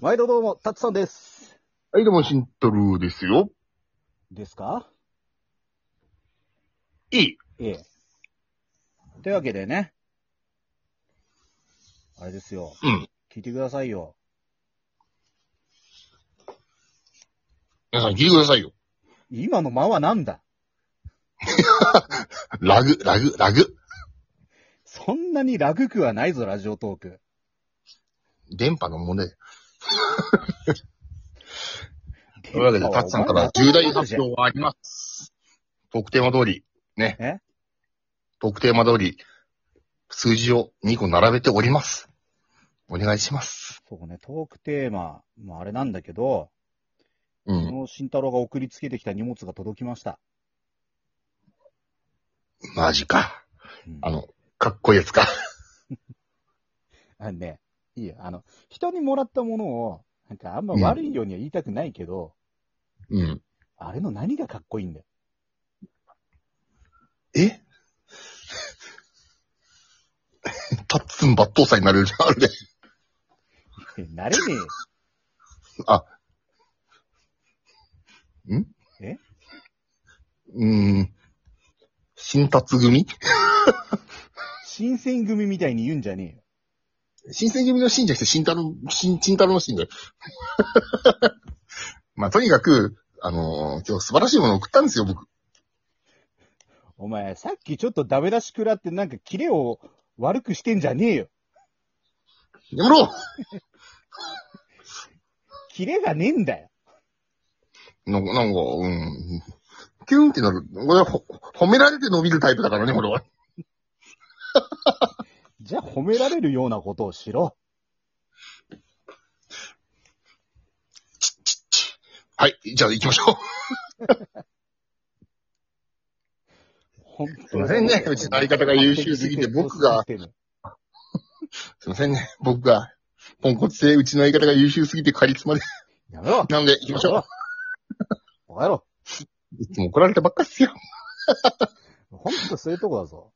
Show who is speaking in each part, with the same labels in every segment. Speaker 1: 毎度どうも、たつさんです。
Speaker 2: はい、どうも、シントルーですよ。
Speaker 1: ですか
Speaker 2: いい。
Speaker 1: ええ。というわけでね。あれですよ。
Speaker 2: うん。
Speaker 1: 聞いてくださいよ。
Speaker 2: 皆さん聞いてくださいよ。
Speaker 1: 今の間はなんだ
Speaker 2: ラグ、ラグ、ラグ。
Speaker 1: そんなにラグくはないぞ、ラジオトーク。
Speaker 2: 電波の問題。というわけで、タツさんから重大発表があります。特テーマ通り、ね。
Speaker 1: え
Speaker 2: 特テーマ通り、数字を2個並べております。お願いします。
Speaker 1: そうね、トークテーマ、まああれなんだけど、
Speaker 2: う
Speaker 1: 昨
Speaker 2: ん。
Speaker 1: 日慎太郎が送りつけてきた荷物が届きました。
Speaker 2: マジか。
Speaker 1: うん
Speaker 2: あの、かっこいいやつか。
Speaker 1: あのね、いいよ。あの、人にもらったものを、なんかあんま悪いようには言いたくないけど、
Speaker 2: うん。
Speaker 1: あれの何がかっこいいんだよ。
Speaker 2: えタッツン抜刀斎になれるじゃん、あれで。
Speaker 1: えなれねえよ。
Speaker 2: うーん。新達組
Speaker 1: 新選組みたいに言うんじゃねえよ。
Speaker 2: 新選組の新じゃなくて、新太郎、新、新太郎の新だよ。 まあ、とにかく、あのー今日素晴らしいものを送ったんですよ、僕。
Speaker 1: お前、さっきちょっとダメ出し食らってなんかキレを悪くしてんじゃねえよ。
Speaker 2: やめろ
Speaker 1: キレがねえんだよ。
Speaker 2: なんか、なんか、うん。キュンってなる。俺はほ褒められて伸びるタイプだからね、俺は。
Speaker 1: じゃあ褒められるようなことをしろ。
Speaker 2: はい、じゃあ行きましょう。
Speaker 1: 本当に
Speaker 2: すいませんねうちの相方が優秀すぎて僕が。すいませんね、僕が、ポンコツでうちの相方が優秀すぎてカリスマで。
Speaker 1: やめろ
Speaker 2: なので、行きましょう。
Speaker 1: う。やめろ。
Speaker 2: いつも怒られてばっかっすよ。
Speaker 1: ほんとそういうとこだぞ。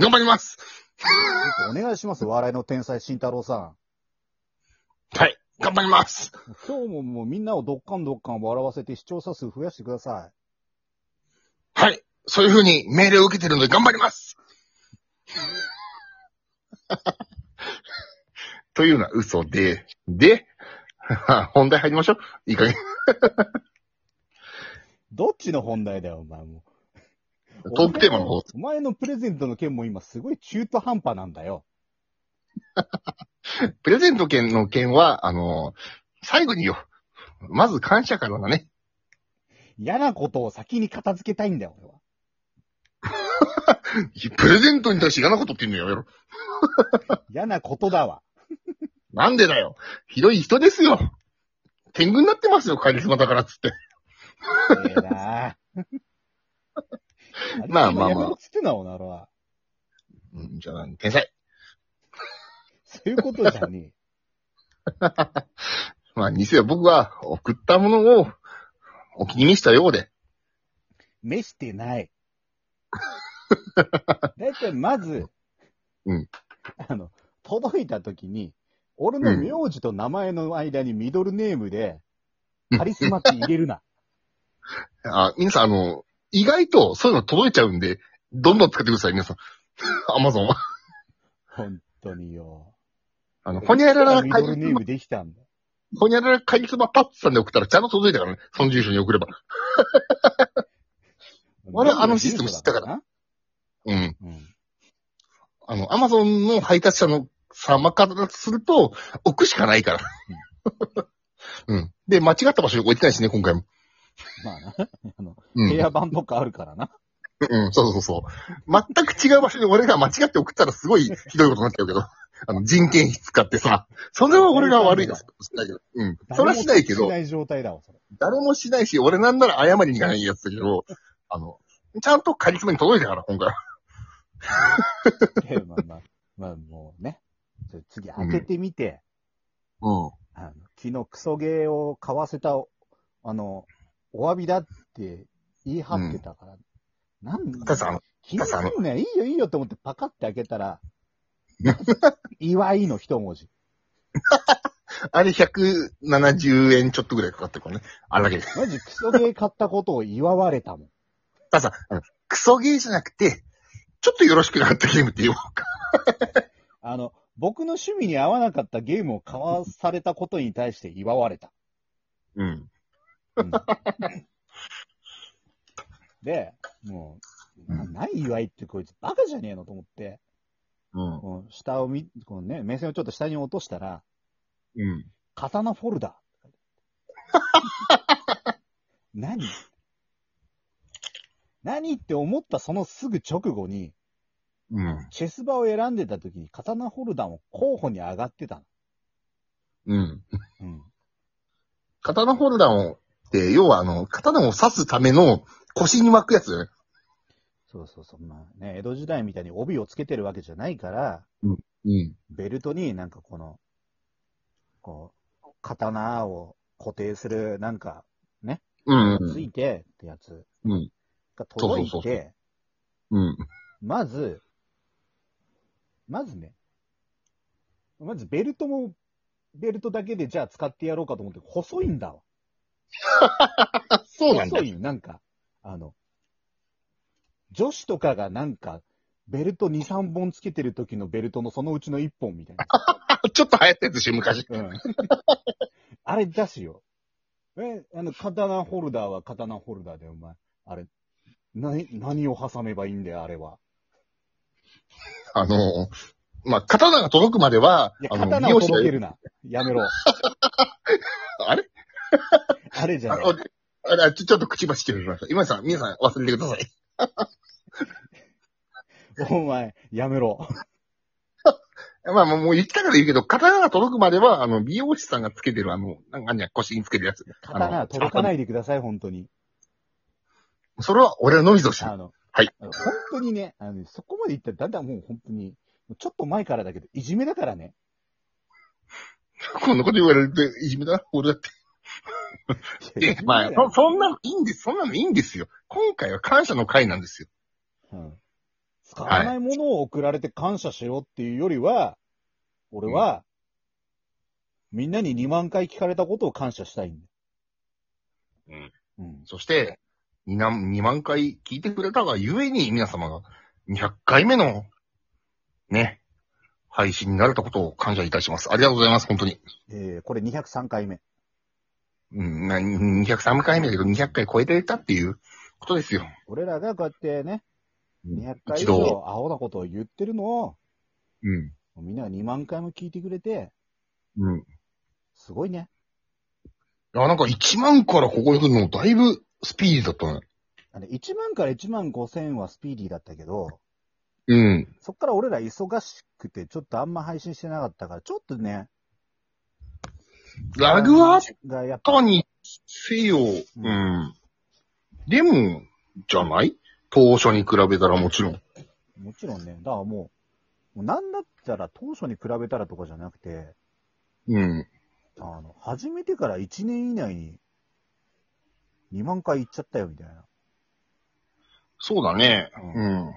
Speaker 2: 頑張ります
Speaker 1: お願いしますよ、笑いの天才慎太郎さ
Speaker 2: はい、頑張ります
Speaker 1: ん。今日ももうみんなをどっかんどっかん笑わせて視聴者数増やしてくださ
Speaker 2: はい、そういう風に命令を受けてるので頑張ります というのは嘘で、で、 本題入りましょう。いい加減。
Speaker 1: い。どっちの本題だよ、お前も。
Speaker 2: トークテーマの方。
Speaker 1: お前のプレゼントの件も今すごい中途半端なんだよ。
Speaker 2: プレゼント券の件は、あの、最後によ。まず感謝からだね。
Speaker 1: 嫌なことを先に片付けたいんだよ、俺は。
Speaker 2: プレゼントに対して嫌なことって言うのやめろ。
Speaker 1: 嫌なことだわ。
Speaker 2: なんでだよ。ひどい人ですよ。天狗になってますよ、カリスマだからっつって。
Speaker 1: ええな
Speaker 2: まあまあまあ
Speaker 1: やめろっつってな、おならは。
Speaker 2: うん、じゃあ、天才。
Speaker 1: そういうことじゃね
Speaker 2: まあ、にせよ僕は送ったものをお気に召したようで、
Speaker 1: え。召して ない。だいたいまず、
Speaker 2: うん
Speaker 1: あの、届いた時に、俺の名字と名前の間にミドルネームで、カリスマって入れるな。
Speaker 2: あ、皆さん、あの、意外とそういうの届いちゃうんで、どんどん使ってください、皆さん。 アマゾンは。
Speaker 1: 本当によ。
Speaker 2: あの、ほにゃらら
Speaker 1: ミ
Speaker 2: カ
Speaker 1: ドル
Speaker 2: リ
Speaker 1: ネ
Speaker 2: ス
Speaker 1: ー
Speaker 2: マ、
Speaker 1: ムできたんだ。
Speaker 2: ほにゃららカリスマパッツさんで送ったらちゃんと届いたからね。その住所に送れば。俺はあのシステム知ったから
Speaker 1: な。
Speaker 2: うん。
Speaker 1: うん。
Speaker 2: あの、アマゾンの配達者の様からすると、置くしかないから。うん。で、間違った場所に置いてないしね、今回も。
Speaker 1: まあな。あの、
Speaker 2: うん。
Speaker 1: 部屋版とかあるからな。
Speaker 2: うん、そうそうそう。全く違う場所に俺が間違って送ったらすごいひどいことになっちゃうけど。あの、人件費使ってさ。それは俺が悪いです。しないけど。うん。 それはしないけ
Speaker 1: し
Speaker 2: ど
Speaker 1: な、い状態だわ、それ。
Speaker 2: 誰もしないし、俺なんなら謝りに行かないやつだけ ど、あの、ちゃんとカリスマに届いたから、今回は。
Speaker 1: いやまあま あ、まあもうね。ちょ次開けてみて、
Speaker 2: うん。
Speaker 1: あの昨日クソゲーを買わせた、あの、お詫びだって言い張ってたから。なん
Speaker 2: たださ、あの、
Speaker 1: 気にすんねいいよいいよって思ってパカって開けたら、 祝いの一文字。
Speaker 2: あれ170円ちょっとぐらいかかってるからね。あれだけです。
Speaker 1: マジクソゲー買ったことを祝われたもん。
Speaker 2: たださ、あのクソゲーじゃなくて、ちょっとよろしくなかったゲームって言おうか。
Speaker 1: あの、僕の趣味に合わなかったゲームを買わされたことに対して祝われた。
Speaker 2: うん。
Speaker 1: うんで、もう、
Speaker 2: うん
Speaker 1: ない祝いってこいつバカじゃねえのと思って、
Speaker 2: うん。
Speaker 1: こう下を見、こうね、目線をちょっと下に落としたら、
Speaker 2: うん。
Speaker 1: 刀フォルダー。何何って思ったそのすぐ直後に、
Speaker 2: うん。
Speaker 1: チェス場を選んでた時に刀フォルダーも候補に上がってたの。
Speaker 2: うん。
Speaker 1: うん。
Speaker 2: 刀ホルダーを、って、要はあの、刀を刺すための腰に巻くやつだよね。
Speaker 1: そうそうそう。まあね、江戸時代みたいに帯をつけてるわけじゃないから、
Speaker 2: うん。
Speaker 1: ベルトになんかこの、こう、刀を固定するなんか
Speaker 2: うん。
Speaker 1: ついてってやつ
Speaker 2: うん。
Speaker 1: が届い
Speaker 2: そうそうそうそ
Speaker 1: て、
Speaker 2: うん。
Speaker 1: まず、まずね、まずベルトも、ベルトだけでじゃあ使ってやろうかと思って、細いんだわ。
Speaker 2: あ、そうなんだ
Speaker 1: 細。いよ、なんか、あの、女子とかがなんか、ベルト2、3本つけてる時のベルトのそのうちの1本みたいな。
Speaker 2: あちょっと流行ったやつでしょ、昔。
Speaker 1: うん。 あれだしよ。え、あの、刀ホルダーは刀ホルダーで、お前。あれ、な、何を挟めばいいんだよ、あれは。
Speaker 2: あの、まあ、刀が届くまでは、
Speaker 1: いや、
Speaker 2: あの、
Speaker 1: 刀を
Speaker 2: 美容師が
Speaker 1: 届けるな。やめろ。
Speaker 2: あれ
Speaker 1: あれじゃ
Speaker 2: あ
Speaker 1: ない。
Speaker 2: の、あれ、ちょ、ちょっと口ばしってみました。今井さん、皆さん忘れてください。
Speaker 1: お前、やめろ。
Speaker 2: まあ、もうもう言ったから言うけど、刀が届くまでは、あの、美容師さんがつけてる、あの、なんかあんじゃん腰につけるやつ。
Speaker 1: 刀届かないでください、本当に。
Speaker 2: それは俺のみぞ知る
Speaker 1: あの、
Speaker 2: はい
Speaker 1: 本当にね、あの、そこまで言ったら、だんだんもう本当に、ちょっと前からだけど、いじめだからね。
Speaker 2: こんなこと言われると、いじめだな、俺だって。
Speaker 1: いやい
Speaker 2: で
Speaker 1: じめ
Speaker 2: ま
Speaker 1: だ
Speaker 2: あ
Speaker 1: よ
Speaker 2: そ、そんなのいいんです、そんなのいいんですよ。今回は感謝の会なんですよ。
Speaker 1: うん使わないものを送られて感謝しろっていうよりは、俺は、みんなに2万回聞かれたことを感謝したいんだよ。うん。
Speaker 2: そして、2, 2万回聞いてくれたがゆえに、皆様が200回目の、ね、配信になれたことを感謝いたします。ありがとうございます、本当に。
Speaker 1: えー、これ203回目。
Speaker 2: うん、な203回目だけど、200回超えてたっていうことですよ。
Speaker 1: 俺らがこうやってね、200回以
Speaker 2: 一
Speaker 1: 上
Speaker 2: 度、
Speaker 1: 青なことを言ってるのを、
Speaker 2: うん、
Speaker 1: みんなが2万回も聞いてくれて、
Speaker 2: うん。
Speaker 1: すごいね。
Speaker 2: いや、なんか1万からここに来るのだいぶスピーディーだったね。
Speaker 1: あの1万から1万5千はスピーディーだったけど、
Speaker 2: うん。
Speaker 1: そっから俺ら忙しくて、ちょっとあんま配信してなかったから、ちょっとね、
Speaker 2: ラグはあっ
Speaker 1: がやっぱ
Speaker 2: たにせよ、うん。でも、じゃない当初に比べたらもちろん。
Speaker 1: もちろんね、だからもう、もうなんだったら当初に比べたらとかじゃなくて、
Speaker 2: うん。
Speaker 1: あの、始めてから1年以内に2万回行っちゃったよみたいな。
Speaker 2: そうだね。
Speaker 1: う。
Speaker 2: うんん。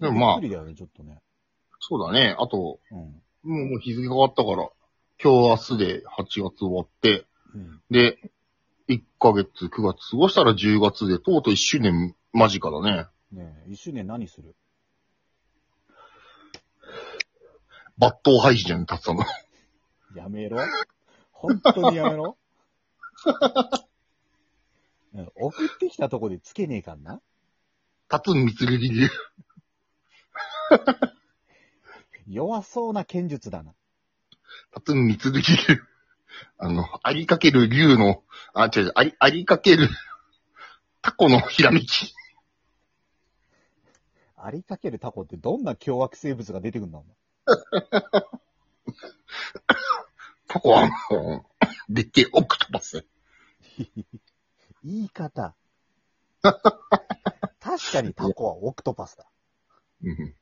Speaker 2: でもまあ
Speaker 1: びっく、りだよね、ちょっとね。
Speaker 2: そうだね。あと、も
Speaker 1: うん。
Speaker 2: うもう日付変わったから、今日明日で8月終わって、
Speaker 1: うん、
Speaker 2: で、1ヶ月、9月過ごしたら10月で、とうとう1周年間近だね。
Speaker 1: ねえ、1周年何する
Speaker 2: 抜刀配信じゃん、たつ さんの。
Speaker 1: やめろ。本当にやめろ。 うん送ってきたとこでつけねえかんな。
Speaker 2: たつみつるり流。
Speaker 1: 弱そうな剣術だな。
Speaker 2: たつみつるり流。あの、ありかける竜の、あ、違う違う、あり、ありかける、タコのひらめき。
Speaker 1: ありかけるタコってどんな凶悪生物が出てくるんだお前
Speaker 2: タコは、うんでっけえオクトパス。
Speaker 1: 言い 方。確かにタコはオクトパスだ。
Speaker 2: うん。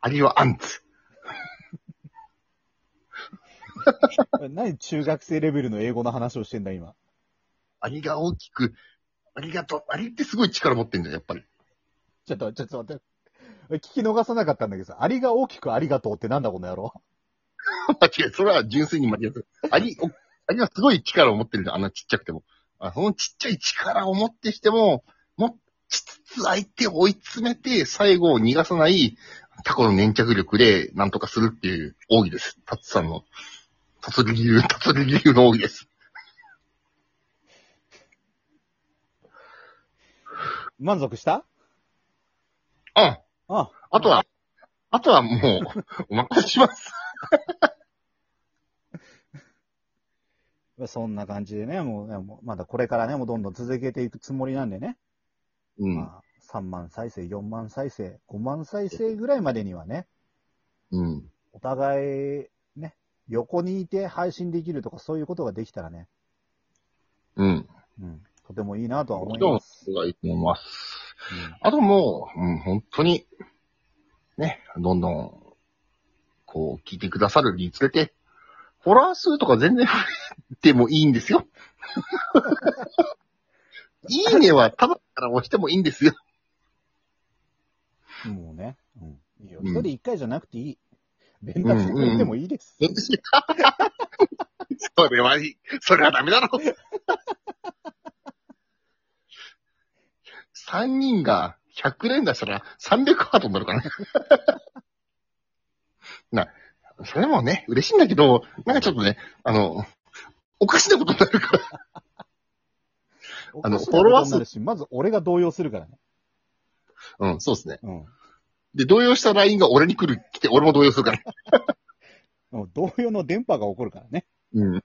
Speaker 2: ありはアンツ。
Speaker 1: 何中学生レベルの英語の話をしてんだ、今。
Speaker 2: アリが大きく、アリがと、アリってすごい力持ってんだよ、やっぱり。
Speaker 1: ちょっと、ちょっと待って。聞き逃さなかったんだけどさ、ありが大きくありがとうってなんだこの野郎。
Speaker 2: 間違え、それは純粋に間違えた。アリ、おアリはすごい力を持ってるじゃん、あんなちっちゃくても。あそのちっちゃい力を持ってしても、持ちつつ相手を追い詰めて、最後を逃がさない、タコの粘着力でなんとかするっていう奥義です。タツさんの。タツリ流、タツリ流の奥義です。
Speaker 1: 満足した
Speaker 2: うん。
Speaker 1: あ、
Speaker 2: あとは、あとはもう、お任せします。
Speaker 1: そんな感じでね、もうね、もうまだこれからね、もうどんどん続けていくつもりなんでね。
Speaker 2: うん。
Speaker 1: まあ、3万再生、4万再生、5万再生ぐらいまでにはね、
Speaker 2: うん。
Speaker 1: お互い、ね、横にいて配信できるとかそういうことができたらね、
Speaker 2: うん。
Speaker 1: うん、とてもいいなとは思い
Speaker 2: どう
Speaker 1: ま
Speaker 2: も
Speaker 1: す。
Speaker 2: すごいと思います。あともう、うん、本当に、ね、どんどん、こう、聞いてくださるにつれて、フォロワー数とか全然増えてもいいんですよ。いいねはただから押してもいいんですよ。
Speaker 1: うんもうね、うん、いいよ。
Speaker 2: うん
Speaker 1: 一人一回じゃなくていい。連絡してくれてもいいです。
Speaker 2: それはいい。それはダメだろ。3人が100連打したら300ハートになるからね。な、それもね、嬉しいんだけど、なんかちょっとね、あの、おかしなことになるから。
Speaker 1: お
Speaker 2: あ
Speaker 1: か
Speaker 2: の
Speaker 1: しなこと
Speaker 2: フォロワー数
Speaker 1: になるし、まず俺が動揺するからね。
Speaker 2: うん、そうですね。
Speaker 1: うん
Speaker 2: で、動揺した LINE が俺に来る、来て、俺も動揺するから。
Speaker 1: もう同様の電波が起こるからね。
Speaker 2: うん。 い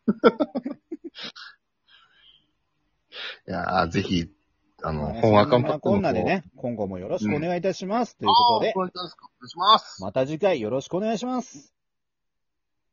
Speaker 2: やーぜひ、あの、本アカウ
Speaker 1: そん
Speaker 2: ント
Speaker 1: なこんなでね、今後もよろしくお願いいたします。とい
Speaker 2: と
Speaker 1: うことで、
Speaker 2: お願いします。
Speaker 1: また次回よろしくお願いします。